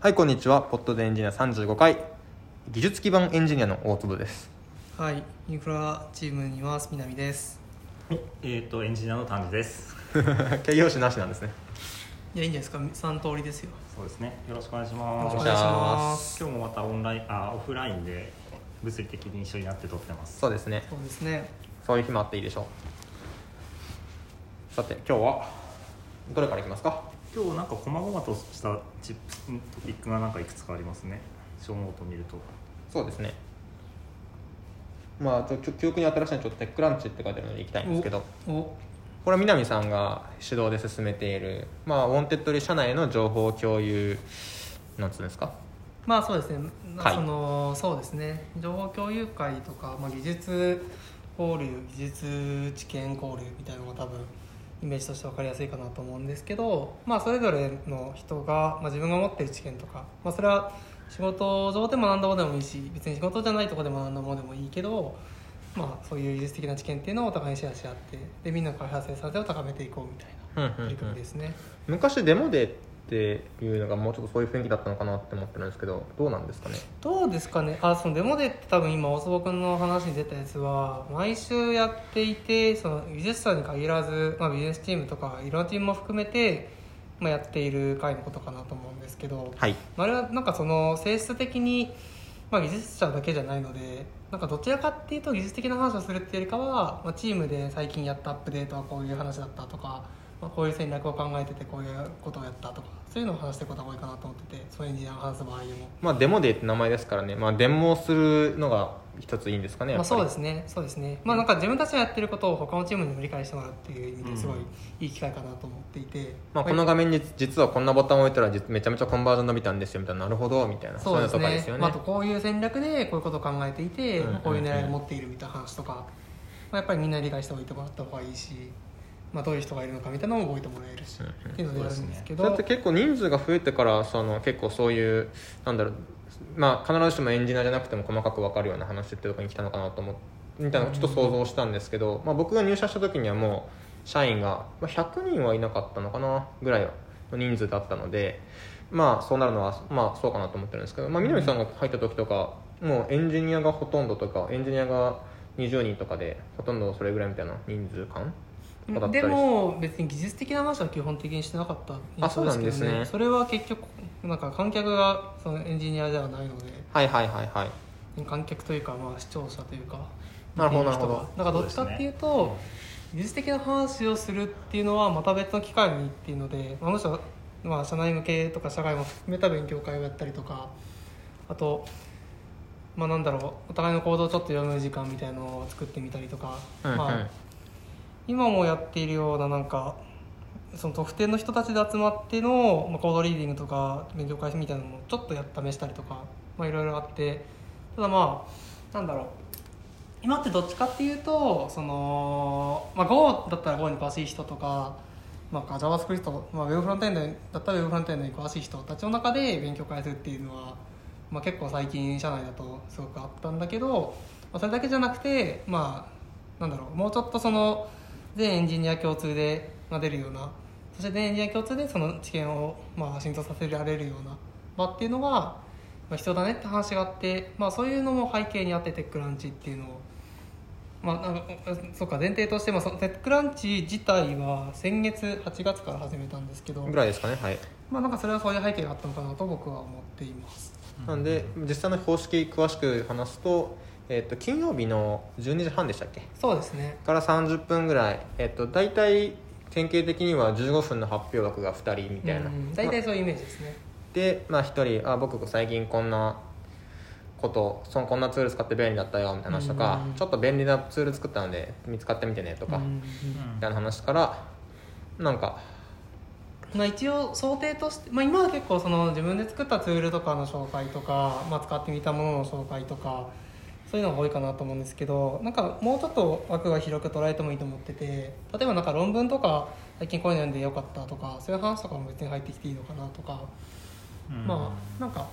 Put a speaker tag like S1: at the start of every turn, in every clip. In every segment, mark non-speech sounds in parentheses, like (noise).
S1: はいこんにちはポッドでエンジニア35回技術基盤エンジニアの大坪です (laughs)
S2: はい、インフラチームには南です。
S3: えー、とエンジニアの丹治です。
S1: 形容詞なしなんですね
S2: いや、いいんじゃないですか、三通りですよ。
S3: そうですね。よろしくお願いし
S2: お
S3: ます。
S2: 願いし
S3: 今
S2: ま
S1: お
S2: す。
S3: 日もまたオンラインあオフラインで物理的に一緒になって撮ってます。
S1: そうですね
S2: そうですね。
S1: そういう日もあっていいでしょうさて今日はどれからいきますか
S3: 今日なんか細々としたチップんトピックがなんかいくつかありますね。小ノート見ると。
S1: そうですねまあちょちょ記憶に新しいのはちょっとテックランチって書いてあるのでいきたいんですけど
S2: お、お、
S1: これは南さんが主導で進めているまあウォンテッドリ社内の情報共有なんつうんですか
S2: まあそうですね。まあ
S1: はい
S2: そのそうですね。情報共有会とか、まあ技術交流、技術知見交流みたいなのが多分イメージとして分かりやすいかなと思うんですけど、まあそれぞれの人が、まあ自分が持ってる知見とか、まあそれは仕事上で学んだものでもいいし、別に仕事じゃないところで学んだものでもいいけど。まあ、そういう技術的な知見っていうのをお互いにシェアし合ってでみんなの開発生産性を高めていこうみたいな
S1: うんうんうん
S2: 取り組みですね、
S1: 昔デモデーっていうのがもうちょっとそういう雰囲気だったのかなって思ってるんですけどどうなんですかね
S2: どうですかねあそのデモデって多分今大坪君の話に出たやつは毎週やっていてその技術者に限らず、まあ、ビジネスチームとかいろんなチームも含めて、まあ、やっている会のことかなと思うんですけど、
S1: はい
S2: まああれはなんかその性質的に、まあ、技術者だけじゃないのでなんかどちらかっていうと技術的な話をするっていうよりかは、まあ、チームで最近やったアップデートはこういう話だったとか、まあ、こういう戦略を考えててこういうことをやったとかそういうのを話していくことが多いかなと思っててそういうエンジニアの話す場合でも。
S1: まあデモデーって名前ですからねまあデモをするのが一ついいんですかねや
S2: まあ、
S1: っぱり
S2: そうですね、そうですね、まあ、なんか自分たちのやってることを他のチームにも理解してもらうっていう意味
S3: う
S2: で
S3: ん
S2: すごいいい機会かなと思っていて、
S1: まあ、この画面に実はこんなボタンを置いたら実めちゃめちゃコンバージョン伸びたんですよみたいななるほどみたいな
S2: そうで
S1: い
S2: す
S1: のとか
S2: ね
S1: ですよ
S2: まあ、
S1: ね
S2: あとこういう戦略でこういうことを考えていて、
S1: うんうんうん
S2: こういう狙いを持っているみたいな話とか、まあ、やっぱりみんなに理解しておいてもらった方がいいし、まあ、どういう人がいるのかみたいなのも覚えてもらえるし、
S1: うんうん
S2: っていうのでやるんですけ
S1: そ
S2: ど
S1: れって結構人数が増えてからその結構そういうなんだろうまあ必ずしもエンジニアじゃなくても細かく分かるような話ってとこに来たのかなと思ってみたいなのをちょっと想像したんですけど、まあ、僕が入社した時にはもう社員がまあ100人はいなかったのかなぐらいの人数だったのでまあそうなるのはまあそうかなと思ってるんですけど、まあ、南さんが入った時とかもうエンジニアがほとんどとかエンジニアが20人とかでほとんどそれぐらいみたいな人数感とかだったり
S2: でも別に技術的な話は基本的にしてなかった
S1: あ
S2: 印
S1: そうな
S2: 象です
S1: ん
S2: け
S1: で
S2: ど
S1: す
S2: ね
S1: ね
S2: それは結局なんか観客がそのエンジニアではないので
S1: はいはいはいはい
S2: 観客というかまあ視聴者というか
S1: なるほど
S2: 見て
S1: なるほ
S2: い人がだからどっちかっていうと技術的な話をするっていうのはまた別の機会にっていうので、まあ、むしろ、まあ、社内向けとか社外も含めた勉強会をやったりとかあと、まあ、なんだろうお互いの行動をちょっと読む時間みたいのを作ってみたりとか、
S1: うんうん
S2: まあ、今もやっているようななんかその特定の人たちで集まっての、まあ、コードリーディングとか勉強会みたいなのもちょっとやっ試したりとか、まあ、いろいろあってただまあなんだろう今ってどっちかっていうとその、まあ、Go だったら Go に詳しい人とかなんか JavaScript、まあ、Web フロントエンドだったら Web フロントエンドに詳しい人たちの中で勉強会するっていうのは、まあ、結構最近社内だとすごくあったんだけど、まあ、それだけじゃなくてまあなんだろうもうちょっとその全エンジニア共通で、まあ、出るようなそして全エンジニア共通でその知見を、まあ、浸透させられるような場っていうのが、まあ、必要だねって話があって、まあ、そういうのも背景にあってテックランチっていうのを。まあ、なんかうんそうか前提としてもそのテックランチ自体は先月8月から始めたんですけど
S1: ぐらいですかねはい
S2: まあなんかそれはそういう背景があったのかなと僕は思っています
S1: なんで実際の方式詳しく話すと,、えっと金曜日の12時半でしたっけ
S2: そうですね
S1: から30分ぐらい、えっと大体典型的には15分の発表枠が2人みたいな、
S2: うん大体そういうイメージですね、
S1: で、まあ、1人あ僕最近こんなことそのこんなツール使って便利だったよみたいな話とか、
S2: うん
S1: ちょっと便利なツール作ったので見つかってみてねとか、
S2: う
S1: み
S2: ん
S1: たいな話からなんか
S2: まあ、一応想定として、まあ、今は結構その自分で作ったツールとかの紹介とか、まあ、使ってみたものの紹介とかそういうのが多いかなと思うんですけどなんかもうちょっと枠が広く捉えてもいいと思ってて例えばなんか論文とか最近こういうの読んでよかったとかそういう話とかも別に入ってきていいのかなとか、
S3: うん
S2: まあなんか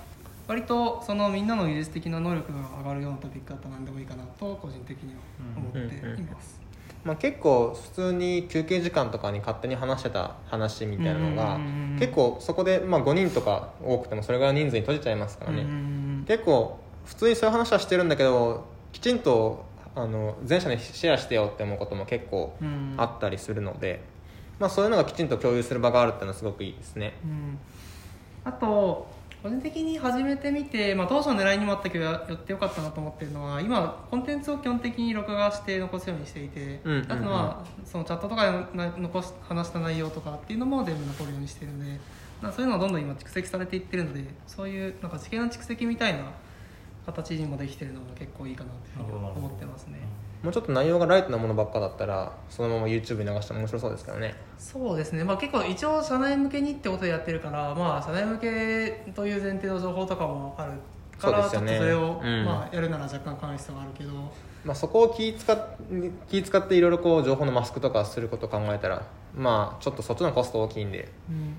S2: 割とそのみんなの技術的な能力が上がるようなトピックだったら何でもいいかなと個人的には思っています。
S1: まあ、結構普通に休憩時間とかに勝手に話してた話みたいなのが
S2: うんうんうんうん
S1: 結構そこでまあ5人とか多くてもそれぐらいの人数に閉じちゃいますからね、
S2: うん
S1: 結構普通にそういう話はしてるんだけどきちんとあの全社にシェアしてよって思うことも結構
S2: うん
S1: あったりするので、まあ、そういうのがきちんと共有する場があるっていうのはすごくいいですね
S2: うんあと個人的に始めてみて、まあ、当初の狙いにもあったけどややってよかったなと思ってるのは今コンテンツを基本的に録画して残すようにしていて、
S1: うんうんうん
S2: あとはそのチャットとかでな残し話した内容とかっていうのも全部残るようにしてるのでなそういうのはどんどん今蓄積されていってるのでそういうなんか知見の蓄積みたいな形にもできてるのも結構いいかなっていうふうに思ってますね。
S1: もうちょっと内容がライトなものばっかだったらそのまま YouTube に流しても面白そうですからね
S2: そうですね、まあ、結構一応社内向けにってことでやってるから、まあ、社内向けという前提の情報とかもあるから
S1: そうですよね
S2: ちょっとそれを、
S1: うん
S2: まあ、やるなら若干関しさがあるけど、
S1: まあ、そこを気使っ気使っていろいろこう情報のマスクとかすることを考えたらまあちょっとそっちのコスト大きいんで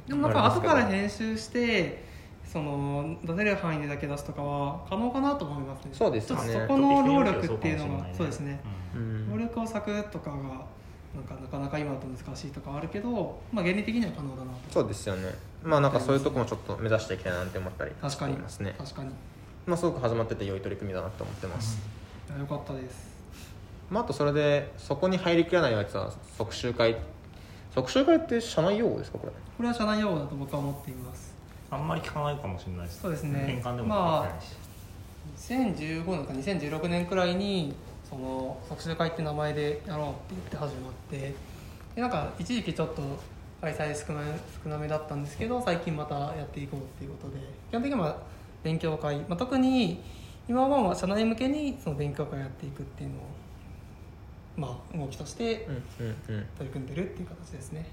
S2: でもなんか後から編集してその出せる範囲でだけ出すとかは可能かなと思いますね
S1: そうですよね
S2: ちょっとそこの労力っていうのがそうですね、
S1: うん
S2: 労力を割くとかがなんかなかなか今だと難しいとかはあるけど、まあ、原理的には可能だなと
S1: そうですよねまあなんかそういうとこもちょっと目指していきたいなって思ったり
S2: 確か
S1: い
S2: に
S1: ますね
S2: 確かに
S1: まあすごく始まってて良い取り組みだなと思ってます、
S2: いやよかったです
S1: まあ、あとそれでそこに入りきらないやつは即習会即習会って社内用語ですかこれ
S2: これは社内用語だと僕は思っています
S3: あんまり聞かないかもしれないです
S2: そうですね
S3: 変換でも聞かないし、
S2: 2015年か2016年くらいにその作習会って名前でやろうって言って始まってでなんか一時期ちょっと開催少な少なめだったんですけど最近またやっていこうっていうことで基本的には勉強会、まあ、特に今はまあ社内向けにその勉強会をやっていくっていうのを、まあ、動きとして
S1: うんうんうん
S2: 取り組んでるっていう形ですね。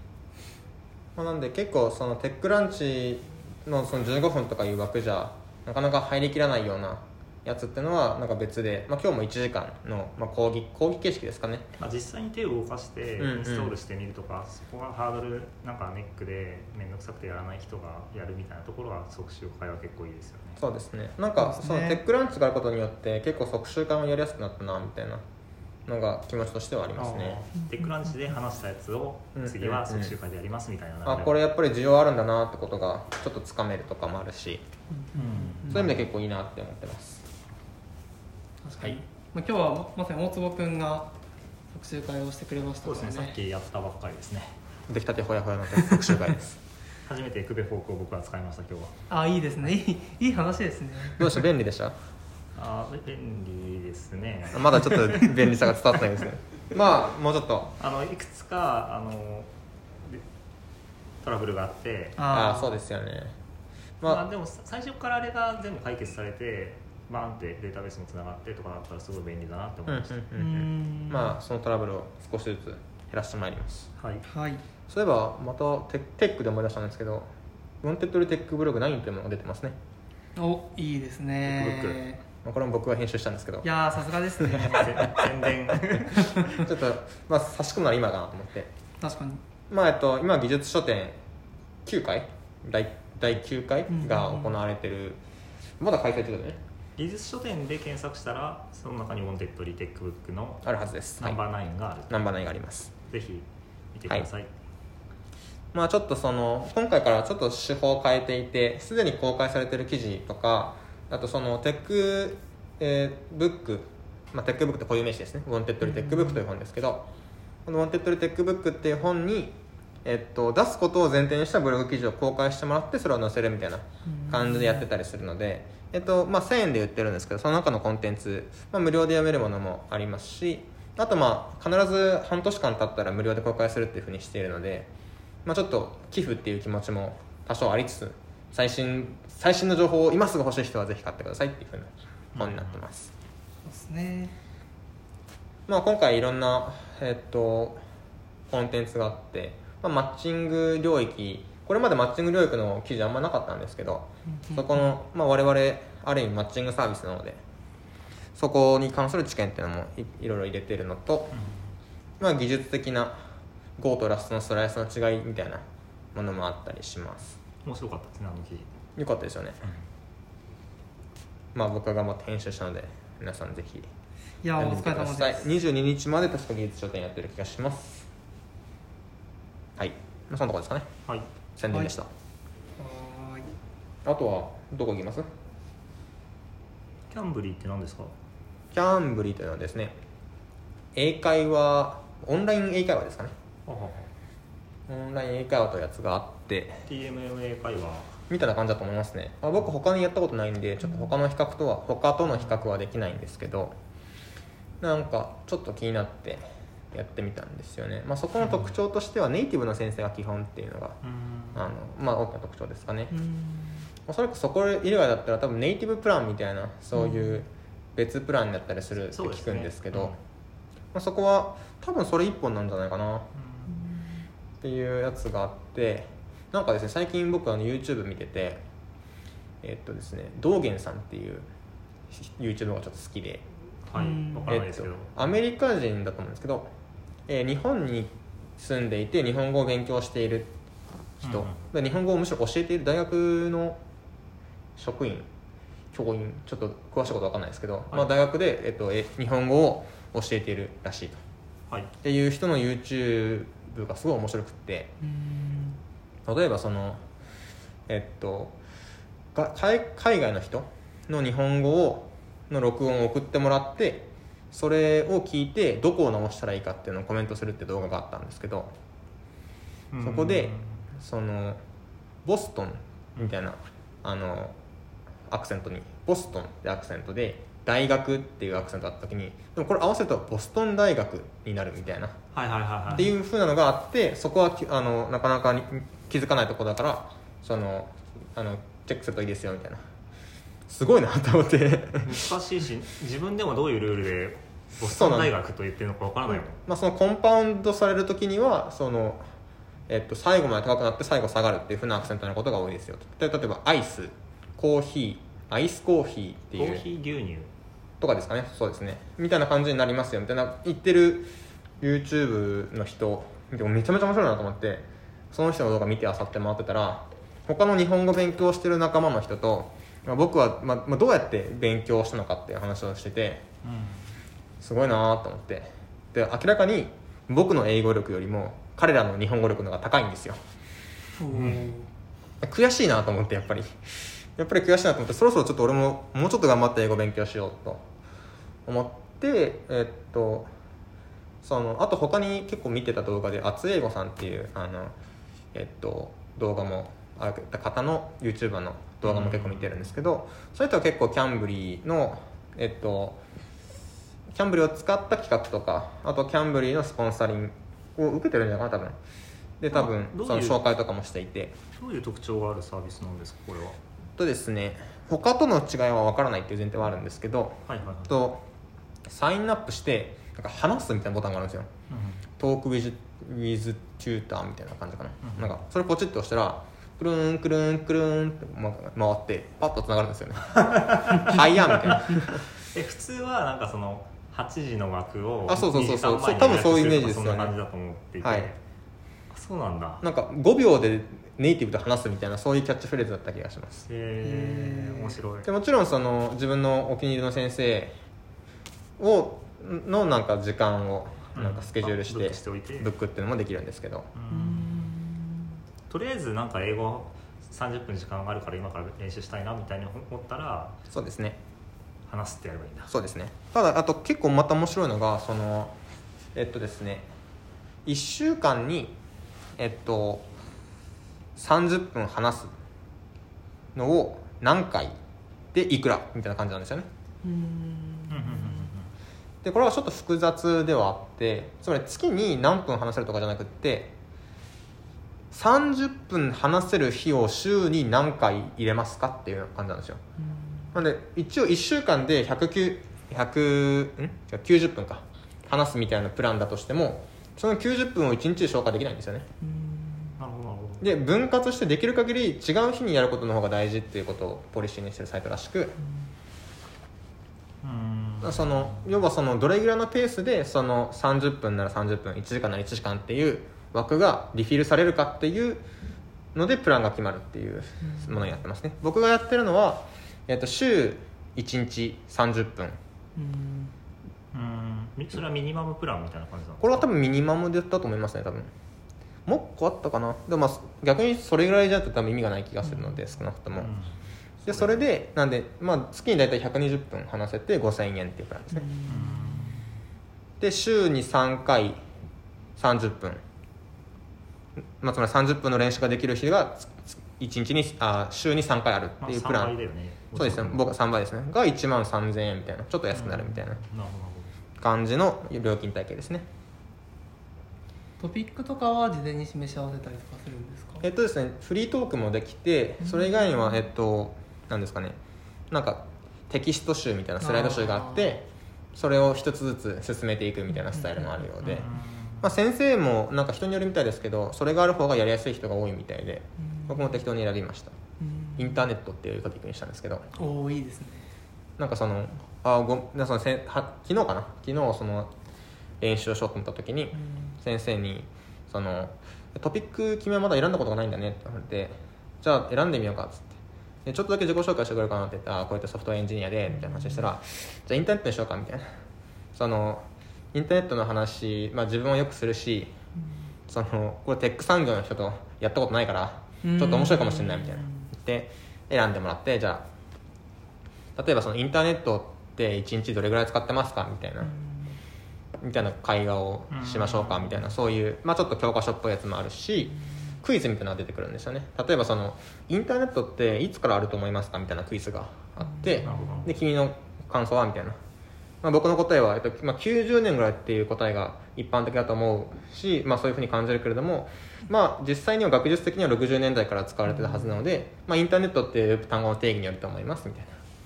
S1: まあ、なんで結構そのテックランチのその15分とかいう枠じゃなかなか入りきらないようなやつってのはなんか別で、まあ、今日も1時間の、まあ、講義講義形式ですかね
S3: まあ、実際に手を動かしてイン
S1: うんうん
S3: ストールしてみるとか、そこがハードルなんかネックで面倒くさくてやらない人がやるみたいなところは即習会は結構いいですよね
S1: そうですねなんかそ
S2: そう
S1: の
S2: ですね
S1: テックランチがあることによって結構即習会もやりやすくなったなみたいなのが気持ちとしてはありますね
S3: あーテックランチで話したやつを
S1: うん
S3: 次は即習会でやりますみたいな流れ
S1: あこれやっぱり需要あるんだなってことがちょっとつかめるとかもあるし
S3: うん
S1: そういう意味で結構いいなって思ってます
S2: 確かに、
S3: はい
S2: まあ、今日はまさに大坪君が特集会をしてくれました
S3: そうですねさっ
S2: ね
S3: きやったばっかりですね
S1: 出来たてほやほやの即習会です
S2: (laughs)
S3: 初めてクベフォークを僕は使いました今日は
S2: あいいですねいいいい話ですね
S1: どうでした便利でした
S3: あー便利ですね
S1: まだちょっと便利さが伝わってないですね (laughs) まあもうちょっと
S3: あのいくつかあのでトラブルがあって
S1: ああそうですよね
S3: まあ
S1: まあ
S3: でもさ最初からあれが全部解決されてバーンってデータベースもつながってとかだったらすごい便利だなって
S1: う
S3: 思
S1: ん
S3: いうました、
S1: んうんうんまあそのトラブルを少しずつ減らしてまいります
S3: はい
S2: あはい
S1: そういえばまたテテックで思い出したんですけどウォンテッドルテックブログ9というものが出てますね
S2: おいいです
S3: ブックブッ
S2: ね
S1: まあこれも僕が編集したんですけど
S2: いやーさす
S1: (laughs)
S2: がですね
S3: 宣伝
S1: ちょっとまあ差し込むのは今かなと思って
S2: 確かに
S1: まあえっと今技術書店9回第第9回が行われてる、まだ開催中だよね
S3: 技術書店で検索したらその中に「ウォンテッドリテックブック」の
S1: あるはずです、
S3: ナン
S1: は
S3: バーナインがある、
S1: いナンバー9があります
S3: ぜひ見てください、
S1: まあちょっとその今回からちょっと手法を変えていてすでに公開されてる記事とかあとそのテック、えーブック、まあ、テックブックってこういう名詞ですね「ウォンテッドリテックブック」という本ですけどこの「ウォンテッドリテックブック」っていう本に、えっと、出すことを前提にしたブログ記事を公開してもらってそれを載せるみたいな感じでやってたりするので、えっとまあ、1000円で売ってるんですけどその中のコンテンツ、まあ、無料で読めるものもありますしあとまあ必ず半年間経ったら無料で公開するっていうふうにしているので、まあ、ちょっと寄付っていう気持ちも多少ありつつ最新最新の情報を今すぐ欲しい人はぜひ買ってくださいっていうふうな本になってます、
S2: そうですね
S1: まあ、今回いろんな、えっとコンテンツがあって、まあ、マッチング領域これまでマッチング領域の記事あんまなかったんですけどそこの、まあ、我々ある意味マッチングサービスなのでそこに関する知見っていうのもいいろいろ入れてるのと、まあ、技術的な GO とラストのスライスの違いみたいなものもあったりします
S3: 面白かったですねあの記事
S1: よかったですよね、まあ、僕が頑張って編集したので皆さんぜひ
S2: いや
S1: や
S2: お
S1: ってみ
S2: 疲
S1: て
S2: れ
S1: くだ
S2: 様
S1: さい
S2: です
S1: 22日まで確か技術書店やってる気がしますはいまあそんなとこですかね
S3: はい
S1: 宣伝でした、
S2: はーい
S1: あとはどこ行きます
S3: キャンブリーって何ですか
S1: キャンブリーというのはですね英会話オンライン英会話ですかね
S3: あはは
S1: オンライン英会話というやつがあって
S3: TMMA 会話
S1: みたいな感じだと思いますね、まあ、僕他にやったことないんでちょっと他の比較とは他との比較はできないんですけどなんかちょっと気になってやってみたんですよね、まあ、そこの特徴としてはネイティブの先生が基本っていうのが
S3: うーん
S1: あのまあ大きな特徴ですかね
S2: うーん
S1: おそらくそこ以外だったら多分ネイティブプランみたいなそういう別プランだったりするって
S3: そうです
S1: 聞
S3: ね
S1: くんですけど
S3: うん
S1: まあ、そこは多分それ一本なんじゃないかな
S3: うん
S1: っていうやつがあってなんかですね最近僕あの YouTube 見ててえっとですね道元さんっていう YouTube がちょっと好きで
S3: は
S2: うん
S3: いわからないですけど、
S1: えっと、アメリカ人だと思うんですけど、えー日本に住んでいて日本語を勉強している人、
S3: う
S1: で日本語をむしろ教えている大学の職員教員ちょっと詳しいことは分かんないですけど、まあ、
S3: はい
S1: 大学で、えっと、え日本語を教えているらしいと
S3: はい
S1: っていう人の YouTube がすごい面白くって
S2: うーん
S1: 例えばそのえっとが海海外の人の日本語をの録音を送ってもらってそれを聞いてどこを直したらいいかっていうのをコメントするって動画があったんですけどそこでそのボストンみたいなあのアクセントにボストンってアクセントで大学っていうアクセントあった時にでもこれ合わせるとボストン大学になるみたいな
S3: はいはいはいはい
S1: って
S3: う
S1: いう風なのがあってそこはきあのなかなかに気づかないところだからそのあのチェックするといいですよみたいなすごいなと思って
S3: 難しいし自分でもどういうルールでボス
S1: そ
S3: ト
S1: うな
S3: ン
S1: んだ
S3: 大学と言ってるのかわからないもん
S1: (laughs) まあそのコンパウンドされる時にはその、えっと、最後まで高くなって最後下がるっていう風なアクセントになることが多いですよで例えばアイスコーヒーアイスコーヒーって
S3: コ
S1: い
S3: ー
S1: う
S3: ヒー牛乳
S1: とかですかねそうですねみたいな感じになりますよみたいな言ってる YouTube の人でもめちゃめちゃ面白いなと思ってその人の動画見てあさって回ってたら他の日本語勉強してる仲間の人とまあ僕は、まあまあ、どうやって勉強したのかっていう話をしててすごいなーと思ってで明らかに僕の英語力よりも彼らの日本語力の方が高いんですよ
S2: おー
S1: 悔しいなと思ってやっぱりやっぱり悔しいなと思ってそろそろちょっと俺ももうちょっと頑張って英語勉強しようと思ってえっとそのあと他に結構見てた動画で厚英語さんっていうあのえっと動画もあった方の YouTuber の動画も結構見てるんですけど、そういう人は結構キャンブリーのえっとキャンブリーを使った企画とかあとキャンブリーのスポンサリングを受けてるんじゃないかな多分で多分
S3: どう
S1: そ
S3: い
S1: の
S3: う
S1: 紹介とかもしていて
S3: どういう特徴があるサービスなんですかこれは
S1: とですね他との違いは分からないっていう前提はあるんですけど
S3: はいはいはい
S1: とサインアップしてなんか話すみたいなボタンがあるんですよ
S3: う
S1: トークウィズウィズチューターみたいな感じかな,、
S3: うん
S1: なんかそれポチッと押したらくるーんくるーんくるーんって回ってパッとつながるんです
S3: (laughs)
S1: よねはいやみたいな
S3: え普通はなんかその8時の枠を
S1: あそうそうそうそう
S3: 2時間前に
S1: そう多分そういうイメージ
S3: 予約
S1: ですよ
S3: る
S1: ね
S3: とかそんな感じだと思っていて、
S1: はい
S3: あそうなんだ
S1: なんか5秒でネイティブと話すみたいなそういうキャッチフレーズだった気がします
S3: へえ面白い
S1: でもちろんその自分のお気に入りの先生をのなんか時間をなんかスケジュールして
S3: うんあブックしておいて
S1: ブックっていうのもできるんですけど
S3: う
S2: うー
S3: ん
S2: ん
S3: とりあえずなんか英語30分時間があるから今から練習したいなみたいに思ったら
S1: そうですね
S3: 話すってやればいいんだ
S1: そうですねただあと結構また面白いのがそのえっとですね1週間にえっと30分話すのを何回でいくらみたいな感じなんですよね
S2: うー
S3: うんうんうんうん
S2: ん
S1: でこれはちょっと複雑ではあってつまり月に何分話せるとかじゃなくって30分話せる日を週に何回入れますかっていう感じなんですよなんで一応1週間で109 100ん90分か話すみたいなプランだとしてもその90分を1日で消化できないんですよね
S2: うーん
S3: なるほどなるほど
S1: で分割してできる限り違う日にやることの方が大事っていうことをポリシーにしてるサイトらしく
S3: うーん
S1: その要はそのどれぐらいのペースでその30分なら30分1時間なら1時間っていう枠がリフィルされるかっていうのでプランが決まるっていうものにやってますね僕がやってるのは、えっと、週1日30分
S2: うーん
S3: みそれはミニマムプランみたいな感じなの
S1: これは多分ミニマムだったと思いますね多分もう一個あったかなでもまあ逆にそれぐらいじゃ多分意味がない気がするので、少なくとも、
S3: うん
S1: でそれでなんで、まあ、月に大体120分話せて5000円っていうプランですね、で週に3回30分、まあ、つまり30分の練習ができる日が1日にあ週に3回ある
S3: ま
S1: っ
S3: あ、
S1: ていうプラ
S3: 3
S1: ン、
S3: 倍だよね
S1: そうですね僕は3倍ですねが1万3000円みたいなちょっと安くなるみたいな
S3: なるほどなるほ
S1: 感じの料金体系ですね
S2: トピックとかは事前に示し合わせたりとかするんですか
S1: えっとですねフリートークもできてそれ以外にはえっと何ですかねなんかテキスト集みたいなスライド集があってそれを一つずつ進めていくみたいなスタイルもあるよう
S3: ど
S1: で、
S3: うん
S1: まあ、先生もなんか人によるみたいですけどそれがある方がやりやすい人が多いみたいで僕も適当に選びましたインターネットっていうトピックにしたんですけど
S2: おおいいですね
S1: なんかそのあごなそのせんは昨日かな昨日その練習をしようと思った時に先生にその「トピック君はまだ選んだことがないんだね」って言われて「じゃあ選んでみようか」っつって。でちょっとだけ自己紹介してくれるかなって言ってああこういったソフトウェアエンジニアでみたいな話したらじゃあインターネットにしようかみたいなそのインターネットの話、まあ、自分はよくするしそのこれテック産業の人とやったことないからち
S2: うん
S1: ょっと面白いかもしれないみたいなで選んでもらってじゃあ例えばそのインターネットって1日どれぐらい使ってますかみたいなみたいな会話をしましょうかみたいなそういう、まあ、ちょっと教科書っぽいやつもあるしクイズみたいなのが出てくるんですよね例えばそのインターネットっていつからあると思いますかみたいなクイズがあって
S3: なるほど
S1: で君の感想はみたいな、まあ、僕の答えは、えっとまあ、90年ぐらいっていう答えが一般的だと思うし、まあ、そういうふうに感じるけれども、まあ、実際には学術的には60年代から使われてたはずなので、まあ、インターネットっていう単語の定義によると思いますみたい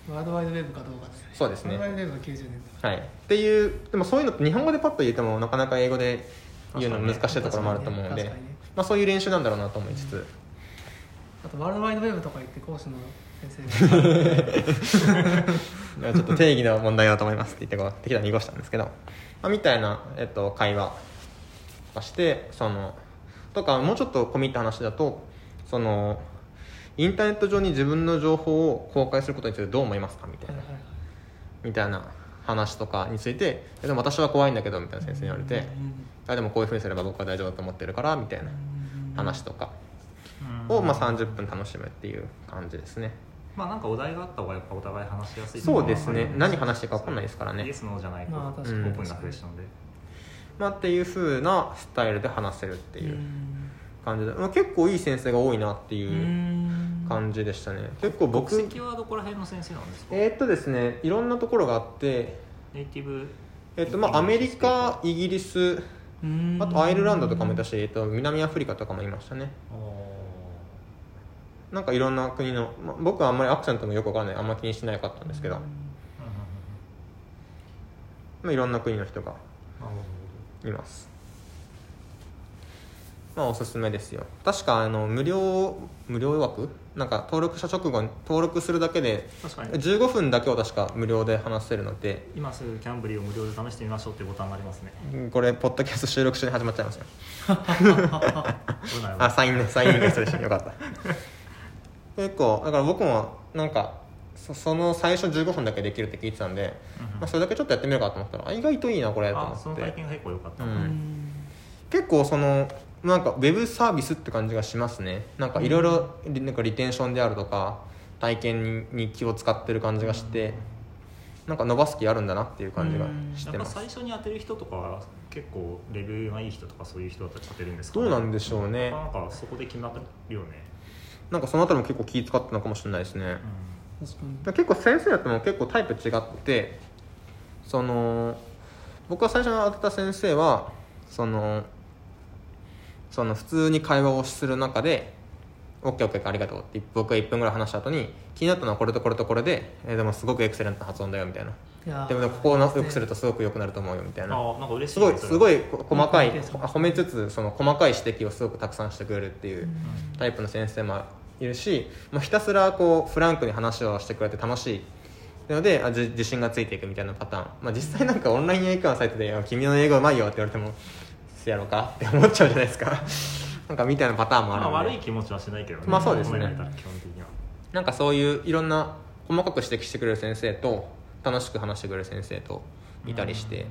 S1: な
S2: ワードワイドウェブかどうかですね
S1: そうですね
S2: ワードワイドウェブは90年
S1: はい、っていうでもそういうのって日本語でパッと言ってもなかなか英語で言うの難しいところもあると思うので、
S2: 確かにね
S1: まあ、そういう練習なんだろうなと思いつつ、
S2: あとワールドワイドウェブとか言って講師の先生が
S1: ではちょっと定義の問題だと思いますって言ってこう適当に濁したんですけど、まあ、みたいな、えっと、会話をしてそのとかもうちょっと込み入った話だとそのインターネット上に自分の情報を公開することについてどう思いますかみたいなみたいな話とかについて「えでも私は怖いんだけど」みたいな先生に言われて「あでもこういうふうにすれば僕は大丈夫だと思ってるから」みたいな話とか。
S3: うん
S1: をまあ30分楽しむっていう感じですね
S3: まあなんかお題があった方がやっぱお互い話しやすい
S1: そうですね何話して
S3: て
S1: るか分かんないですからね
S3: イエスノーじゃないと、
S2: まあ
S3: オ
S2: 確
S1: かに
S3: ープンなクエスチョンで、
S1: まあっていう風なスタイルで話せるって
S2: てい
S1: いううん感じで、まあ、結構いい先生が多いなって
S2: う
S1: いうん感じでしたね結構僕
S3: 国籍はどこら辺の先生なんですか、
S1: えーっとですねいろんなところがあって
S3: ネイティブ
S1: えーっとまあアメリカイギリス
S2: うん
S1: あとアイルランドとかもいたし、えーっと南アフリカとかもいましたね
S3: おー
S1: なんかいろんな国の、まあ僕はあんまりアクセントもよくわかんないあんま気にしなかったんですけど、
S3: うんうんうん
S1: まあ、いろんな国の人が
S3: なるほ
S1: いますまあおすすめですよ確かあの無料無料枠なんか登録した直後に登録するだけで
S3: ど確かに
S1: 15分だけを確か無料で話せるので
S3: 今すぐキャンブリーを無料で試してみましょうっていうボタンがありますね
S1: これポッドキャスト収録中に始まっちゃいますよ
S3: 危ない危な
S1: (laughs)
S3: い
S1: あサインねサインリクエストでしたよかった結構だから僕もなんかそその最初15分だけできるって聞いてたんで、
S3: うんうん
S1: まあ、それだけちょっとやってみようかと思ったらあ意外といいなこれと
S3: あそ
S1: 思っ
S3: の
S1: て
S3: 体験が結構良かった、
S1: うん
S2: うん
S1: 結構そのなんかウェブサービスって感じがしますねなんかいろいろリなんかリテンションであるとか体験に気を使ってる感じがしてなんか伸ばす気あるんだなっていう感じがして
S3: やっぱ
S1: ます
S3: 最初に当てる人とかは結構レベルがいい人とかそういう人だったら勝てるんですか、
S1: どうなんでしょうね
S3: なんかそこで決まるよね、
S1: なんかそのあたりも結構気使ったのかもしれないですね
S3: う
S2: 確かに
S1: で結構先生だっても結構タイプ違ってその僕は最初に当てた先生はそのその普通に会話をする中で「OKOK ありがとう」って僕が1分ぐらい話した後に気になったのはこれとこれとこれで、えーでもすごくエクセレントな発音だよみたいない
S2: やー
S1: でもねここをよくする
S2: い
S1: とすごく良くなると思うよみたいな
S3: ああなんか嬉し
S1: す
S3: いね
S1: ご
S3: そ
S1: い
S3: れ
S1: すごいこ細かい
S2: うん
S1: 褒めつつその細かい指摘をすごくたくさんしてくれるっていう
S3: うん
S1: タイプの先生もいるしもうひたすらこうフランクに話をしてくれて楽しいなのであじ自信がついていくみたいなパターン、まあ、実際なんかオンライン英会話サイトでいや「君の英語うまいよ」って言われても「せやろうか?」って思っちゃうじゃないですかなんかみたいなパターンもある
S3: ま
S1: の
S3: あ、
S1: で、
S3: 悪い気持ちはしないけどね、
S1: まあそうですね
S3: 褒められたら基本的には
S1: なんかそういういろんな細かく指摘してくれる先生と楽しく話してくれる先生といたりして、
S3: うん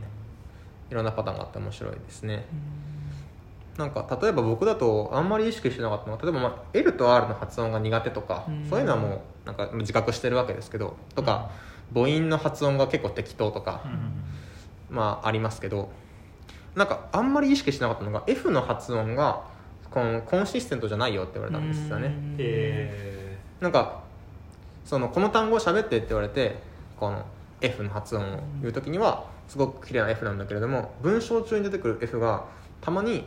S1: いろんなパターンがあって面白いですねなんか例えば僕だとあんまり意識してなかったのは例えば、まあ、L と R の発音が苦手とか、
S2: うん
S1: そういうのはもうなんか自覚してるわけですけどとか、母音の発音が結構適当とか、まあありますけどなんかあんまり意識しなかったのが F の発音がこのコンシステントじゃないよって言われたんですよね
S2: うん
S3: え
S1: なんかそのこの単語を喋ってって言われてこの F の発音を言う時にはすごく綺麗な F なんだけれども文章中に出てくる F がたまに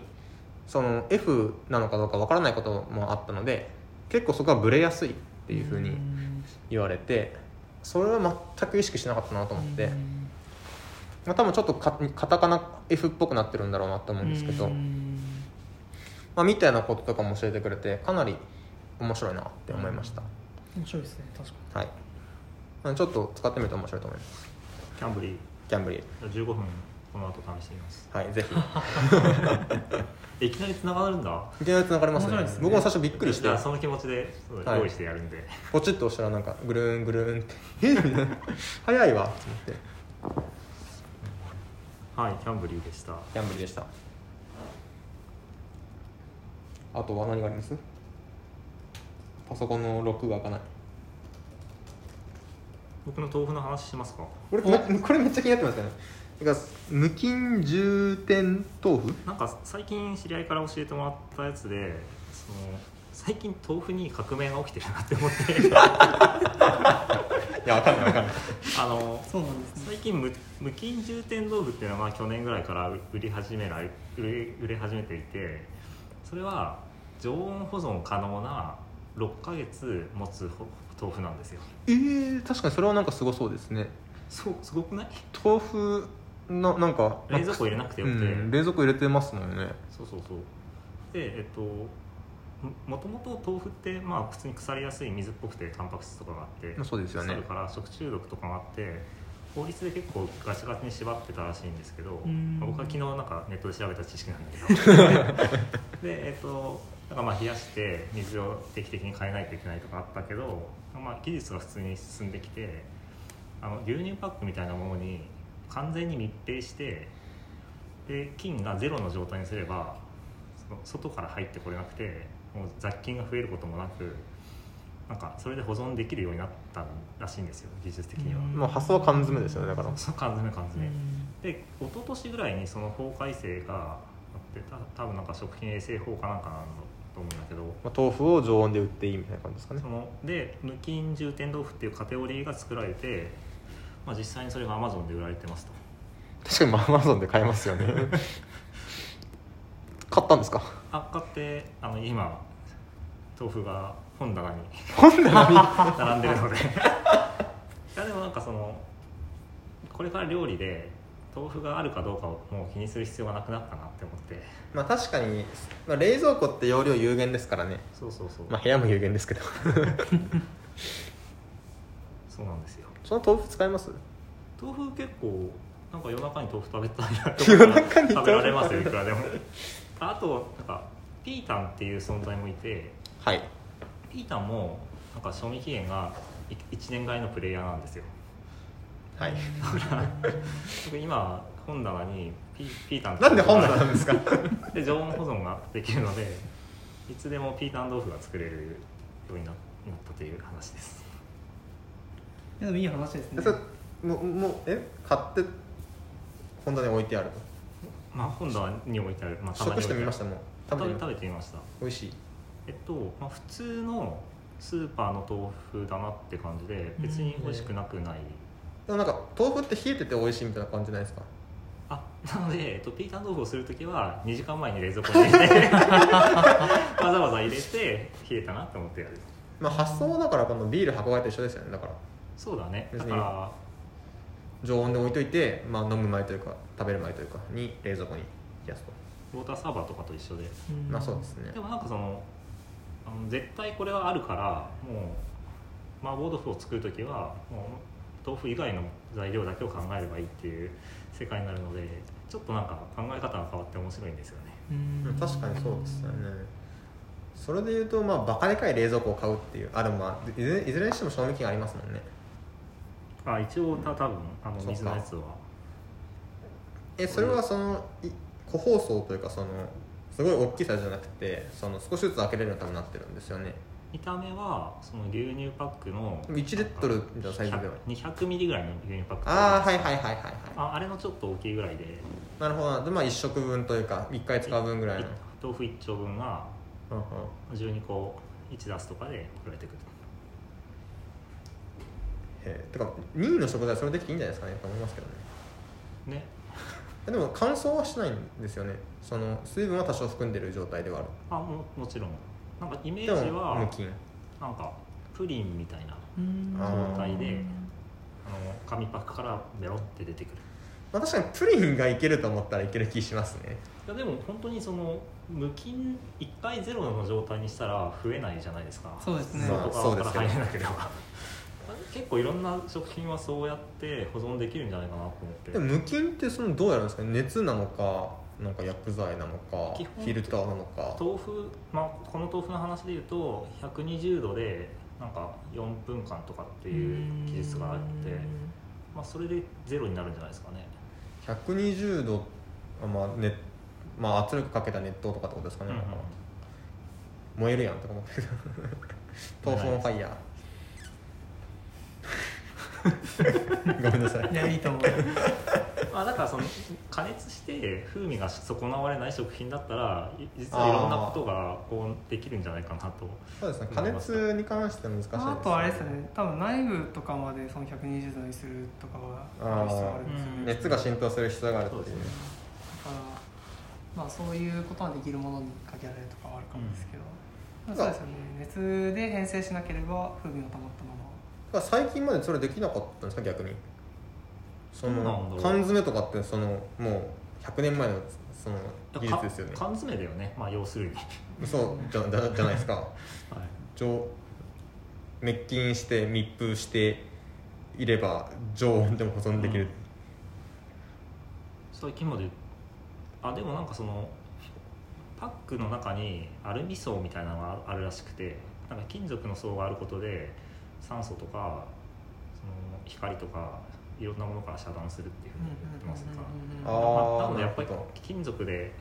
S1: その F なのかどうかわからないこともあったので結構そこはブレやすいっていうふうに言われてそれは全く意識しなかったなと思って。まあ、多分ちょっとカカタカナ F っぽくなってるんだろうなと思うんですけど、
S2: うん
S1: まあ、みたいなこととかも教えてくれてかなり面白いなって思いました、
S2: 面白いですね確かに
S1: はいあのちょっと使ってみると面白いと思います
S3: ーキャンブリー
S1: ギャンブリー
S3: 15分この後試してみます
S1: はい (laughs) ぜひ
S3: えいきなり繋がるんだ
S1: いきなり繋がりますね
S2: 面白いですね
S1: 僕も最初びっくりして
S3: じゃあその気持ちでそう
S1: はい
S3: 用意してやるんで、
S1: ポチッと押したらなんかぐるーんぐるーんって (laughs) えみたいな早いわと思って
S3: はい、キャンブリーでした
S1: ギャンブリーでしたあとは何がありますパソコンのロックが開かない
S3: 僕の豆腐の話しますか
S1: これめこれめっちゃ気になってますよねだから無菌重点豆腐
S3: なんか最近知り合いから教えてもらったやつでその最近豆腐に革命が起きてるなって (laughs) 思って
S1: いやわかんないわかんない
S3: あの
S2: そうなんですね
S3: 最近無無菌重点豆腐っていうのが去年ぐらいから売り始めら売れ売れ始めていてそれは常温保存可能な6ヶ月持つほ豆腐なんですよ
S1: (laughs) えー、確かにそれはなんかすごそうですね
S3: そうすごくない
S1: 豆腐のなんか
S3: 冷蔵庫入れなくてよ
S1: う
S3: くて、
S1: ん冷蔵庫入れてますもんね
S3: そうそうそうでえっとももともと豆腐ってまあ普通に腐りやすい水っぽくてタンパク質とかがあって
S1: そうですよね
S3: 腐るから食中毒とかもあって法律で結構ガチガチに縛ってたらしいんですけど、
S2: うん
S3: まあ僕は昨日なんかネットで調べた知識なん
S1: (laughs)
S3: だけどでえっとなんかまあ冷やして水を定期的に変えないといけないとかあったけど、まあ、技術が普通に進んできてあの牛乳パックみたいなものに完全に密閉してで菌がゼロの状態にすればその外から入ってこれなくてもう雑菌が増えることもなくなんかそれで保存できるようになったらしいんですよ技術的には、
S2: うん
S1: もう発想は缶詰ですよねだから
S3: そうそう缶詰缶詰、
S2: うん
S3: で一昨年ぐらいにその法改正があってた多分なんか食品衛生法かなんかなんだと思うんだけど
S1: まあ、豆腐を常温で売っていいみたいな感じですかね
S3: そので無菌重点豆腐っていうカテゴリーが作られて、まあ、実際にそれがアマゾンで売られてますと
S1: 確かにアマゾンで買えますよ (laughs) ね買ったんですか
S3: あ買ってあの今豆腐が本棚に
S1: 本棚に
S3: 並んでるのでいやでもなんかそのこれから料理で豆腐があるかどうかをもう気にする必要がなくなったなって思って
S1: (laughs) まあ確かに、まあ、冷蔵庫って容量有限ですからね
S3: そうそうそう、
S1: まあ部屋も有限ですけど
S3: そうなんですよ
S1: (laughs) その豆腐使います
S3: 豆腐結構なんか夜中に豆腐食べたいなって
S1: 夜中に
S3: 食
S1: 豆腐
S3: べられますよいくらでもあとなんかピータンっていう存在もいて
S1: はい
S3: ピータンもなんか賞味期限が1年ぐらいのプレイヤーなんですよ
S1: はい
S3: 僕今本棚にピピータン
S1: なんで本棚なん (laughs) ですか
S3: で常温保存ができるのでいつでもピータン豆腐が作れるようにななったという話です
S2: でもいい話ですね
S1: それもうもうえ買って本棚に置いてある
S3: まあ本棚に置いてある、まあ、
S1: 食してみましたたもん食べて
S3: 食べて
S1: み
S3: 食べてみました
S1: 美味しい
S3: えっと、まあ、普通のスーパーの豆腐だなって感じで別に美味しくなくない、
S1: でもなんか豆腐って冷えてて美味しいみたいな感じじゃないですか
S3: あなので、えっと、ピータン豆腐をする時は2時間前に冷蔵庫に入
S1: (laughs)
S3: れてわざわざ入れて冷えたなって思ってやる
S1: まあ発想はだからこのビール箱買いと一緒ですよねだから
S3: そうだね
S1: 別
S3: だ
S1: に
S3: から
S1: 常温で置いといて、まあ、飲む前というか食べる前というかに冷蔵庫に冷やすと、
S3: ウォーターサーバーとかと一緒で
S2: うん
S1: まあそうですね
S3: でもなんかそのあの絶対これはあるからもう麻婆豆腐を作る時はもう豆腐以外の材料だけを考えればいいっていう世界になるのでちょっとなんか考え方が変わって面白いんですよね
S1: うん確かにそうですよねそれでいうとまあバカでかい冷蔵庫を買うっていうあでもまあいずれいずれにしても賞味期限ありますもんね
S3: あ一応た多分あの
S1: そっか
S3: 水のやつは
S1: えそれはそのい個包装というかそのすごい大きさじゃなくてその少しずつ開けれるようになってるんですよね
S3: 見た目はその牛乳パックの
S1: 1リットルのサイズでは
S3: 200ミリぐらいの牛乳パック
S1: ああはいいはいはいはいはい
S3: ああれのちょっと大きいぐらいで
S1: なるほどでまあ1食分というか1回使う分ぐらいの
S3: 豆腐1丁分が
S1: うんうん
S3: 12個1出すとかで送られてくる
S1: へえてか2位の食材それできていいんじゃないですかねと思いますけどね
S3: とね
S1: えでも乾燥はしないんですよねその水分は多少含んでる状態ではある
S3: あももちろんなんかイメ
S1: で
S3: ージ
S1: も無
S3: は
S1: 菌
S3: なんかプリンみたいな
S1: あー
S3: 状態であの紙パックからベロって出てくる
S1: まあ、確かにプリンがいけると思ったらいける気しますね
S3: いやでも本当にその無菌1回ゼロの状態にしたら増えないじゃないですか
S2: そうですね
S3: 外側か
S1: ま
S3: ら
S1: あそうで
S3: 入
S1: すけど
S3: れなければ (laughs) 結構いろんな食品はそうやって保存できるんじゃないかなと思って
S1: でも無菌ってそのどうやるんですかね熱なのかなんか薬剤なのか
S3: 基本
S1: フィルターなのか
S3: 豆腐、まあ、この豆腐の話で言うと120度でなんか4分間とかっていう技術があって、まあ、それでゼロになるんじゃないですかね、
S1: 120度あまあ、ねまあ、圧力かけた熱湯とかってことですかね、
S3: うんうん
S1: 燃えるやんとか思
S3: (laughs)
S1: ったけど豆腐オンファイヤ
S3: (laughs)
S1: ーごめんなさい
S2: いやいいと思う
S3: まあ、だからその加熱して風味が損なわれない食品だったらい実はいろんなことがこうできるんじゃないかなと
S1: そうですね加熱に関しては難しいです、ね、
S2: あとあれですよね多分内部とかまでその120度にするとかはある必要があるんですよ
S3: あーう
S2: ね
S3: ん
S2: だか
S1: 熱が浸透する必要があるっていう
S3: そうですね
S2: らまあそういうことはできるものに限られるとかはあるかもですけど、
S1: ん
S2: まあそうですよね熱で変成しなければ風味のたまったまま
S1: だから最近までそれできなかったんですか逆にそ
S3: そう
S1: の
S3: なんだ
S1: 缶詰とかってそのもう100年前のその技術ですよね
S3: か缶詰だよねまあ要するに、はい、
S1: そうじゃじゃじゃないですか常滅菌して密封していれば常温でも保存できる、
S3: 最近まであでもなんかそのパックの中にアルミ層みたいなのがあるらしくてなんか金属の層があることで酸素とかその光とかいろんなものから遮断するっていうふうに言ってますから
S2: う
S1: あ
S2: んうんうんうんうん
S1: ー
S3: なのでやっぱり
S1: なるほど
S3: 金属で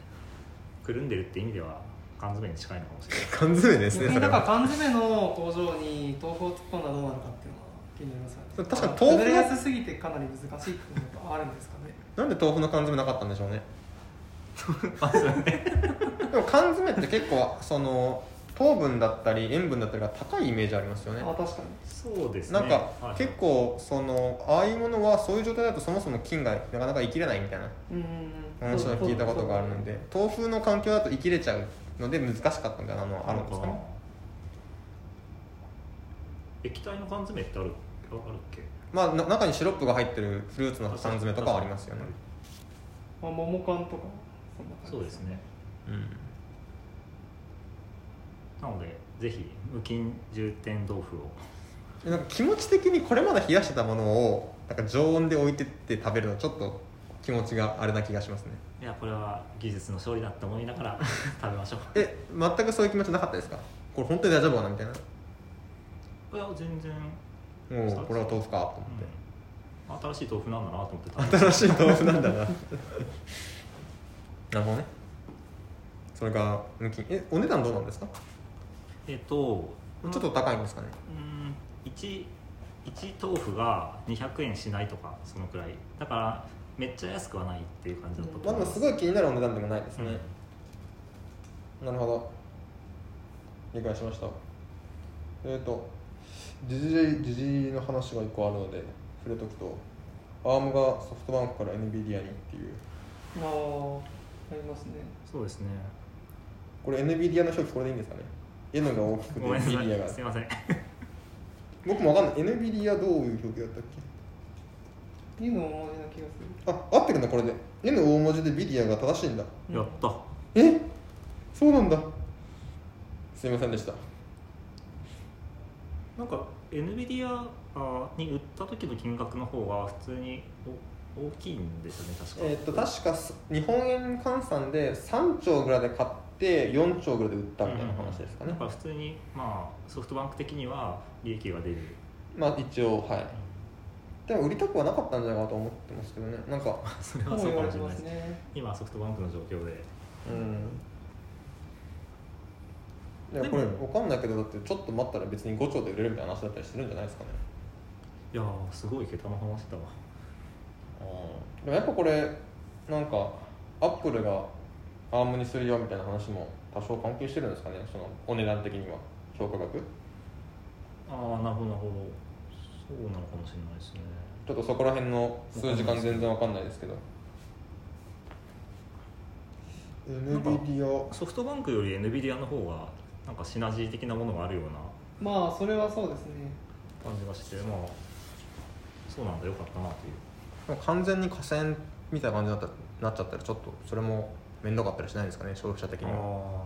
S3: くるんでるって意味では缶詰に近いのかもしれない
S1: 缶詰ですね
S2: 逆
S1: そ
S2: に
S1: れ
S2: だから
S1: は
S2: 缶詰の工場に豆腐を突っ込んだらどうなるかっていうのは気になりますよ
S1: そ
S2: ね
S1: う確かに豆腐
S2: 崩れやすすぎてかなり難しいっていうのがあるんですかね
S1: なんで豆腐の缶詰なかったんでしょう
S3: (laughs)
S1: ね
S3: ね
S1: でも缶詰って結構その糖分だったり塩分だったりが高いイメージありますよね
S2: あ確かに
S3: そうですね
S1: なんか
S3: はい
S1: 結構そのああいうものはそういう状態だとそもそも菌がなかなか生きれないみたいな
S2: うん
S1: 話は聞いたことがあるので豆腐の環境だと生きれちゃうので難しかったみたいなのはあるんですかね
S3: 液体の缶詰ってあるああるっけ
S1: まあな中にシロップが入ってるフルーツの缶詰とかはありますよね
S2: まあ、桃缶とかそんな感じ
S3: そうですね
S1: うん
S3: なのでぜひ無菌重点豆腐を
S1: でなんか気持ち的にこれまで冷やしてたものをなんか常温で置いてって食べるのちょっと気持ちがあれな気がしますね
S3: いやこれは技術の勝利だって思いながら (laughs) 食べましょう
S1: え全くそういう気持ちなかったですかこれ本当に大丈夫かなみたいない
S3: や全然、
S1: もうこれは豆腐かと思って、
S3: うん新しい豆腐なんだなと思って食べました
S1: 新しい豆腐なんだななるほどねそれが無菌えお値段どうなんですか (laughs) ち
S3: えっと
S1: ょっと高いんですかね
S3: うん1豆腐が200円しないとかそのくらいだからめっちゃ安くはないっていう感じだったと
S1: まあ
S3: 思
S1: で
S3: い
S1: も
S3: ますす、
S1: ごい気になるお値段でもないです
S3: うん
S1: ね、なるほど理解しましたえっ、と時事時事の話が一個あるので触れとくとアームがソフトバンクから NVIDIA にっていう
S2: ああありますね
S3: そうですね
S1: これ NVIDIA の表記これでいいんですかね N が大きくて
S3: ごめんなさ
S1: NVIDIA が
S3: いすいません
S1: 僕もわかんない NVIDIA どういう表記だったっけ
S2: いいのも同じな気がす
S1: あ
S2: る
S1: 合ってるんだこれで N 大文字でビディアが正しいんだ
S2: うん
S3: やった
S1: えそうなんだすいませんでした
S3: なんか NVIDIA あに売った時の金額の方が普通にお大きいんですよね確か、
S1: えーっと確かす日本円換算で3兆ぐらいで買って4兆ぐらいで売ったみたいな話ですかね
S3: だ、から普通にまあソフトバンク的には利益が出る
S1: まあ一応はいでも売りたくはなかったんじゃないかと思ってますけどねなんか
S3: (laughs) それはそうかもしれないです
S2: ね
S3: 今ソフトバンクの状況で
S1: うんいや
S3: で
S1: こ
S3: も
S1: れ分かんないけどだってちょっと待ったら別に5兆で売れるみたいな話だったりするんじゃないですかね
S3: いやーすごい桁の話だわ
S1: でもやっぱこれなんかアップルがアームにするよみたいな話も多少関係してるんですかねそのお値段的には評価額ち
S3: ああなるほどなるほどそうなのかもしれないですね
S1: ょっとそこら辺の数時間全然分かんないですけど
S3: なんか
S1: NVIDIA
S3: ソフトバンクより NVIDIA の方がなんかシナジー的なものがあるような
S2: まあそれはそうですね
S3: 感じがしてまあそうなんだよかったなという
S1: 完全に河川みたいな感じになったなっちゃったらちょっとそれも面倒かったりしないんですかね消費者的
S3: ああ
S1: に
S3: なる
S1: は
S3: ほ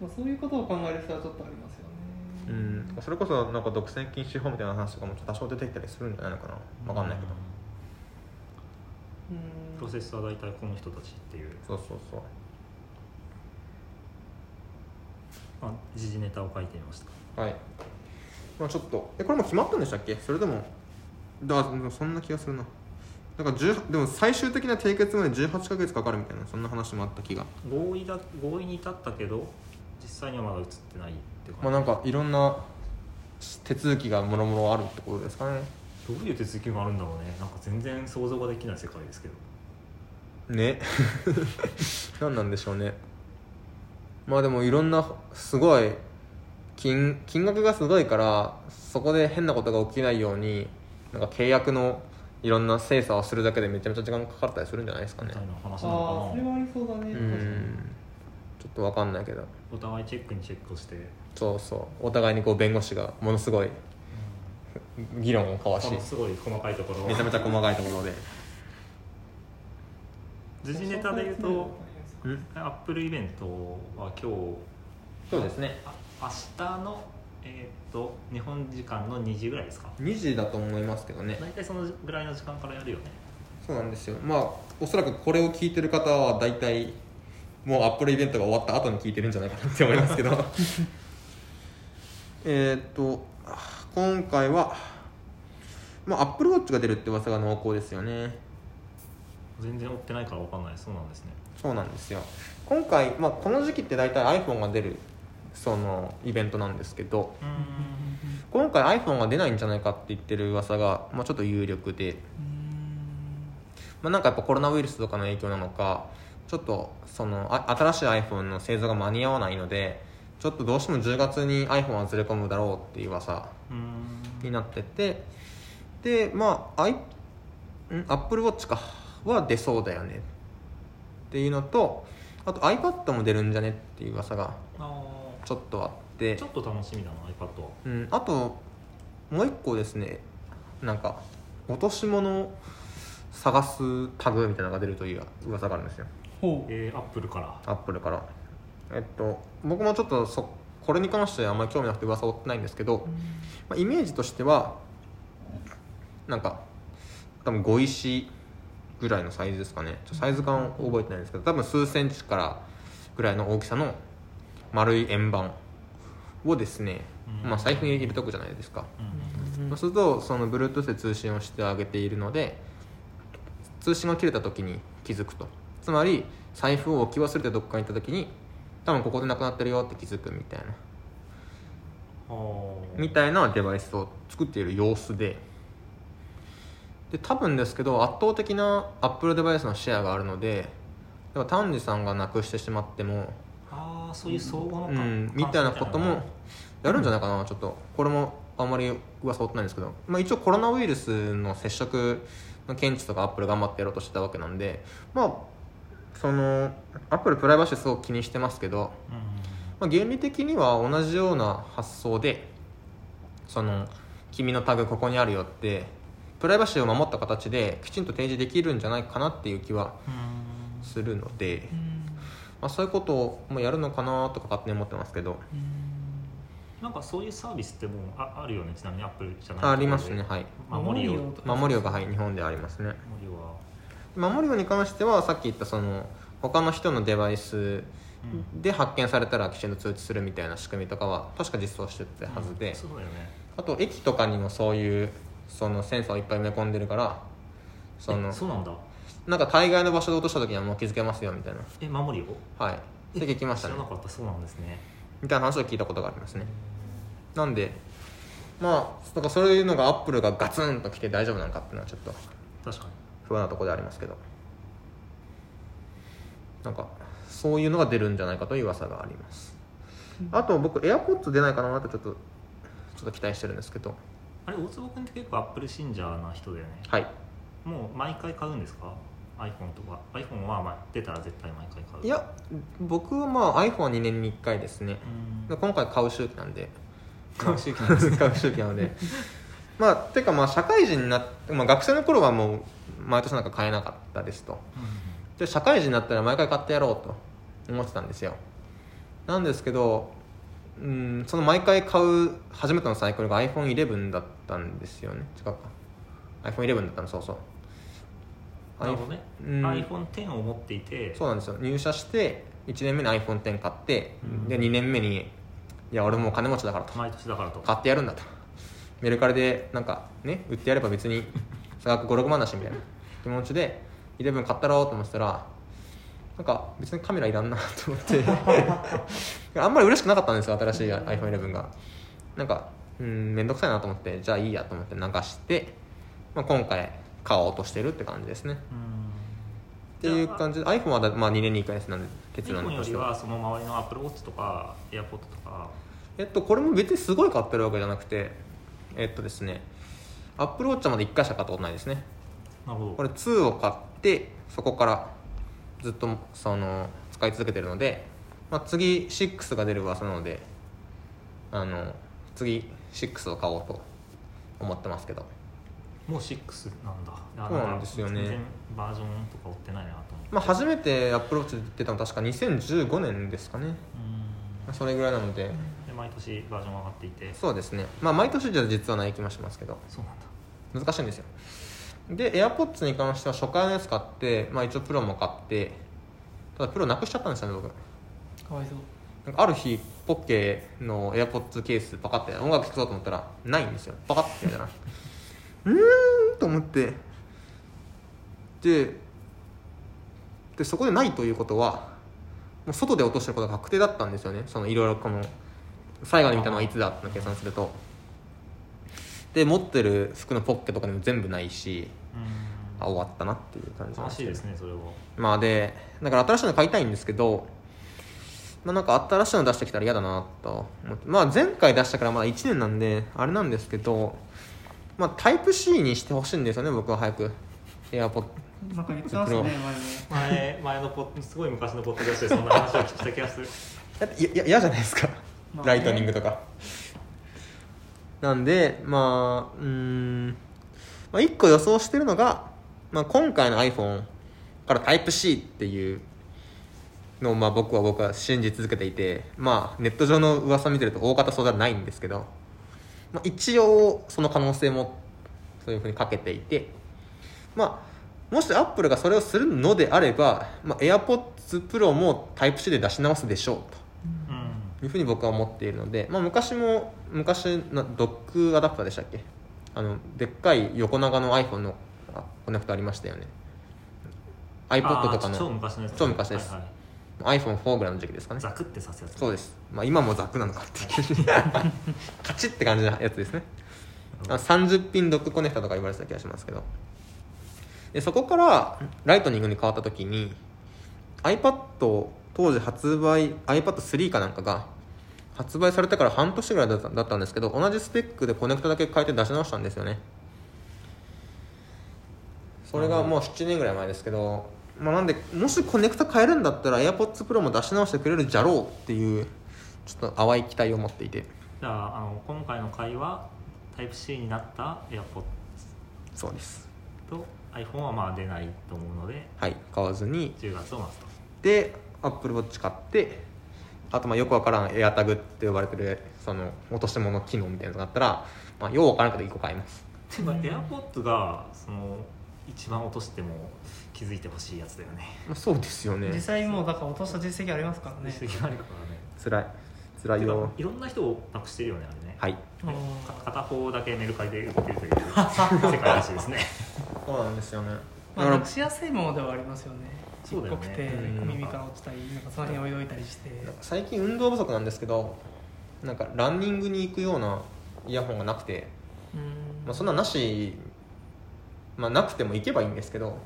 S2: まあ、そういうことを考える人はちょっとありますよね
S1: うんそれこそなんか独占禁止法みたいな話とかも多少出てきたりするんじゃないのかな
S3: ど
S1: 分かんないけど
S2: うん
S3: プロセッサー大体この人たちっていう、
S1: そうそうそう
S3: まあ、時事ネタを書いてみました
S1: はい。まあちょっとえこれもう決まったんでしたっけ？それともだからそんな気がするな。だから10でも最終的な締結まで18ヶ月かかるみたいなそんな話もあった気が。
S3: 合意だ合意に至ったけど実際にはまだ映ってないって
S1: まあ
S3: 感じ、
S1: なんかいろんな手続きがもろもろあるってことですかね。
S3: どういう手続きがあるんだろうねなんか全然想像ができない世界ですけど
S1: ね。 (laughs) 何なんでしょうね。まあでもいろんなすごい金金額がすごいからそこで変なことが起きないようになんか契約のいろんな精査をするだけでめちゃめちゃ時間かかったりするんじゃないですか
S3: み
S1: ね
S3: たい。な話な
S2: ああ
S3: の
S2: そ
S3: か
S2: れ
S3: な
S2: はありそうだね、
S1: うんちょっとわかんないけど
S3: お互いチェックにチェックをして、
S1: そうそうお互いにこう弁護士がものすごい議論を交わし
S3: このすごい細かいところ
S1: めちゃめちゃ細かいところで
S3: 時事ネタで言うと
S1: うん
S3: アップルイベントは今日
S1: そうですね
S3: あ明日のえーっと日本時間の2時ぐらいですか
S1: 2時だと思いますけどね
S3: 大体そのぐらいの時間からやるよね
S1: そうなんですよまあおそらくこれを聞いてる方は大体もうアップルイベントが終わった後に聞いてるんじゃないかなって思いますけどえーっと今回はまあアップルウォッチが出るって噂が濃厚ですよね
S3: 全然追ってないから分かんないそうなんですね
S1: そうなんですよ今回、まあ、この時期って大体 iPhone が出るそのイベントなんですけど
S3: うーん
S1: 今回 iPhone が出ないんじゃないかって言ってる噂が、まあ、ちょっと有力で、まあ、なんかやっぱコロナウイルスとかの影響なのかちょっとそのあ新しい iPhone の製造が間に合わないのでちょっとどうしても10月に iPhone はずれ込むだろうっていう噂
S3: うーん
S1: になっててでまあアイん Apple Watch かは出そうだよねっていうのとあと iPad も出るんじゃねっていう噂が
S3: あ
S1: ちょっとあって
S3: ーちょっと楽しみだな iPad は
S1: うん、あともう一個ですねなんか落とし物を探すタグみたいなのが出るという噂があるんですよ
S2: ほう
S3: えー、アップルから
S1: アップルからえっと僕もちょっとそこれに関してはあんまり興味なくて噂を追ってないんですけど、まあ、イメージとしてはなんか多分5石ぐらいのサイズですかねちょサイズ感を覚えてないんですけど多分数センチからぐらいの大きさの丸い円盤をですね、
S3: うん
S1: まあ、財布に入れとくじゃないですか、
S3: うん
S1: そうするとその Bluetooth で通信をしてあげているので通信が切れた時に気づくとつまり財布を置き忘れてどっかに行った時に多分ここでなくなってるよって気づくみたいな
S3: あ
S1: み
S3: ー
S1: たいなデバイスを作っている様子でで多分ですけど圧倒的なアップルデバイスのシェアがあるのでだから丹治さんがなくしてしまっても、
S3: あーそういう相互の
S1: う
S3: 関
S1: ん、みたいなこともやるんじゃないかなちょっとこれもあんまり噂追ってないんですけど、まあ、一応コロナウイルスの接触の検知とかアップル頑張ってやろうとしてたわけなんでまあそのアップルプライバシーすごく気にしてますけど
S3: うん
S1: まあ、原理的には同じような発想でその君のタグここにあるよってプライバシーを守った形できちんと提示できるんじゃないかなっていう気は
S3: うん
S1: するので、まあ、そういうことをもうやるのかなとか勝手に思ってますけど
S3: なんかそういうサービスってもうああるよねちなみにアップルじゃない
S1: あありますねはい
S3: 守りよ
S2: 守りよと
S1: 守りをがはい日本ではありますね
S3: 森は
S1: 守りをに関してはさっき言ったその他の人のデバイスで発見されたらきちんと通知するみたいな仕組みとかは確か実装してたはずで、
S3: そうだよね
S1: あと駅とかにもそういうそのセンサーをいっぱい埋め込んでるからその
S3: えそうなんだ
S1: なんか大概の場所で落とした時にはもう気づけますよみたいな
S3: え守りを
S1: はいで聞きましたね
S3: 知らなかったそうなんですね
S1: みたいな話を聞いたことがありますねなんでまあなんかそういうのがアップルがガツンと来て大丈夫なのかっていうのはちょっと
S3: 確かに
S1: 不安なところではありますけどなんかそういうのが出るんじゃないかという噂がありますあと僕 AirPods 出ないかなってちょっとちょっと期待してるんですけど
S3: あれ大坪君って結構アップル信者な人だよね
S1: はい
S3: もう毎回買うんですか iPhone とか iPhone はまあ出たら絶対毎回買う
S1: い
S3: い
S1: や僕はまあ iPhone は2年に1回ですね
S3: うん
S1: で今回買う周期なんで
S3: 買う周期
S1: なんです買う周期なのでまあてかまあ社会人になって、まあ、学生の頃はもう毎年なんか買えなかったですとで社会人になったら毎回買ってやろうと思ってたんですよなんですけどうんその毎回買う初めてのサイクルが iPhone11 だったんですよね違うか iPhone11 だったのそうそう
S3: なるほどね、
S1: うん
S3: iPhone10 を持っていて
S1: そうなんですよ入社して1年目に iPhone10 買って、
S3: うん
S1: で2年目にいや俺もう金持ちだからと
S3: 毎年だからと
S1: 買ってやるんだとメルカリでなんかね売ってやれば別に差額56万だしみたいな気持ちで11買ったろうと思ってたらなんか別にカメラいらんなと思って (laughs) あんまり嬉しくなかったんですよ新しい iPhone11 がなんかうん面倒くさいなと思ってじゃあいいやと思って流して、まあ、今回買おうとしてるって感じですね
S3: うん
S1: っていう感じで iPhone はだ、まあ、2年に1回ですなんで結論
S3: iPhone
S1: と
S3: よ
S1: し
S3: り
S1: ては
S3: はその周りの Apple Watch とか AirPod とか
S1: えっとこれも別にすごい買ってるわけじゃなくてえっとですねアップルウォッチまで1回しか買ったことないですね
S3: なるほど
S1: これ2を買ってそこからずっとその使い続けてるので、まあ、次6が出る噂なのであの次6を買おうと思ってますけど
S3: もう6なんだいや
S1: そうなんですよね
S3: か全然バージョンとか追ってないなと思って、
S1: まあ初めてアップルウォッチ出たの確か2015年ですかねまあそれぐらいなので
S3: うんで毎年バージョン上がっていて
S1: そうですねまあ毎年じゃ実はない気もしますけど
S3: そうなんだ
S1: 難しいんですよで AirPods に関しては初回のやつ買って、まあ、一応プロも買ってただプロなくしちゃったんですよね僕
S2: かわいそう
S1: なんかある日ポッケの AirPods ケースパカって音楽聴こうと思ったらないんですよパカってやったらうーんと思ってででそこでないということはもう外で落としてることが確定だったんですよねそのいろいろこの最後に見たのはいつだっての計算するとで持ってる服のポッケとかにも全部ないしあ
S3: う
S1: 終わったなっていう感じ
S3: ん
S1: なん
S3: 悲しい
S1: けど
S3: ですねそれは
S1: まあでだから新しいの買いたいんですけど、まあ、なんか新しいの出してきたら嫌だなと思って、まあ、前回出したからまだ1年なんであれなんですけど、まあ、タイプ C にしてほしいんですよね僕は早く AirPod
S2: なんか言ってましたね前も
S3: 前前のポッすごい昔のポッドキャストでそんな話を聞いた気がする
S1: だっていやいや嫌じゃないですか、
S2: まあね
S1: ライトニングとかなんでまあうーん、まあ、1個予想してるのが、まあ、今回の iPhone からタイプ C っていうのを、まあ、僕は僕は信じ続けていてまあネット上の噂見てると大方そうではないんですけど、まあ、一応その可能性もそういうふうにかけていてまあもしアップルがそれをするのであれば、まあ、AirPods Pro もタイプ C で出し直すでしょうと
S3: うん
S1: いうふうに僕は思っているので、まあ、昔も昔なドックアダプターでしたっけあのでっかい横長の iPhone のあコネクタありましたよね iPod とか
S3: あー超
S1: の
S3: 昔のやつ
S1: 超昔です
S3: はいは
S1: iPhone4 ぐらいの時期ですか
S3: い
S1: ね
S3: ザクって刺すやつ
S1: そうです、まあ、今もザクなのか (laughs) っていうカチッって感じのやつですねあ30ピンドックコネクタとか言われてた気がしますけどでそこからライトニングに変わった時に iPad 当時発売 iPad3 かなんかが発売されてから半年ぐらいだっただったんですけど同じスペックでコネクタだけ変えて出し直したんですよねそれがもう7年ぐらい前ですけど、まあ、なんでもしコネクタ変えるんだったら AirPods Pro も出し直してくれるじゃろうっていうちょっと淡い期待を持っていて
S3: じゃああの今回の回はタイプ C になった AirPods
S1: そうです
S3: と iPhone はまあ出ないと思うので
S1: はい買わずに
S3: 10月を待つと
S1: で AppleWatch 買ってあとまあよくわからん AirTag って呼ばれてるその落とし物機能みたいなのがあったら、まあ、ようわからんけど1個買います
S3: でも AirPods がその一番落としても気づいてほしいやつだよね
S1: まあ、そうですよね
S2: 実際もうだから落とした実績ありますから
S3: (laughs)
S2: ね
S3: 実績があるからね
S1: 辛い辛い
S3: て
S1: よ
S3: かいろんな人をなくしてるよねあれね
S1: はい
S2: うん
S3: か片方だけメルカリで売ってるという世界らしいですね
S1: そうなんですよね
S2: まあなくしやすいものではありますよねち
S3: そ
S2: っ
S3: う
S2: こ
S3: だよ
S2: く
S3: ね
S2: て
S1: うん
S2: 耳から落ちたりなんかその辺に泳いどいたりして
S1: 最近運動不足なんですけどなんかランニングに行くようなイヤホンがなくて、
S2: うん
S1: まあ、そんななし、まあ、なくても行けばいいんですけど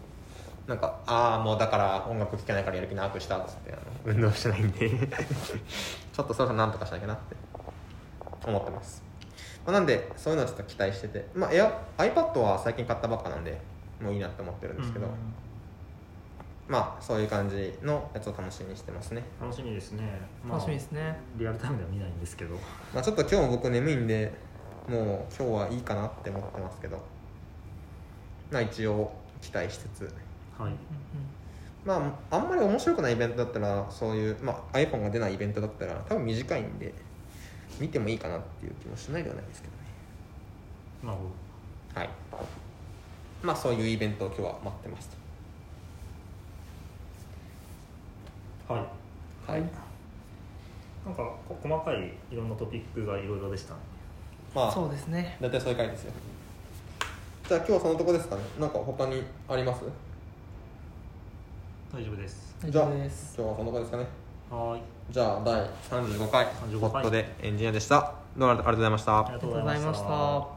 S1: なんかああもうだから音楽聴けないからやる気なくしたっつってあの運動してないんで (laughs) ちょっとそろそろなんとかしなきゃなって思ってます、まあ、なんでそういうのをちょっと期待してて、まあ、エア iPad は最近買ったばっかなんでもういいなって思ってるんですけど、まあそういう感じのやつを楽しみにしてますね
S3: 楽しみですね、まあ
S2: 楽しみですね
S3: リアルタイムでは見ないんですけど
S1: まあ、ちょっと今日も僕眠いんでもう今日はいいかなって思ってますけどまあ一応期待しつつ
S3: はい
S1: まああんまり面白くないイベントだったらそういう、まあ、iPhone が出ないイベントだったら多分短いんで見てもいいかなっていう気もしないではないですけどね
S3: まあ
S1: はいまあそういうイベントを今日は待ってます
S3: はい
S1: とはい
S3: なんかこ細かいいろんなトピックがいろいろでしたね
S1: ま
S2: そ
S1: あ
S2: うですね
S1: 大体そういう回ですよじゃあ今日はそのとこですかねなんか他にあります
S3: 大丈夫です
S2: 大
S1: じ
S2: 丈
S1: ゃあ
S2: 夫
S1: 今
S2: です
S1: 日はそのとこですかね
S3: はい
S1: じゃあ第35回
S3: 35回
S1: ホットでエンジニアでしたどうもありがとうございました
S3: ありが
S2: ありがとうございました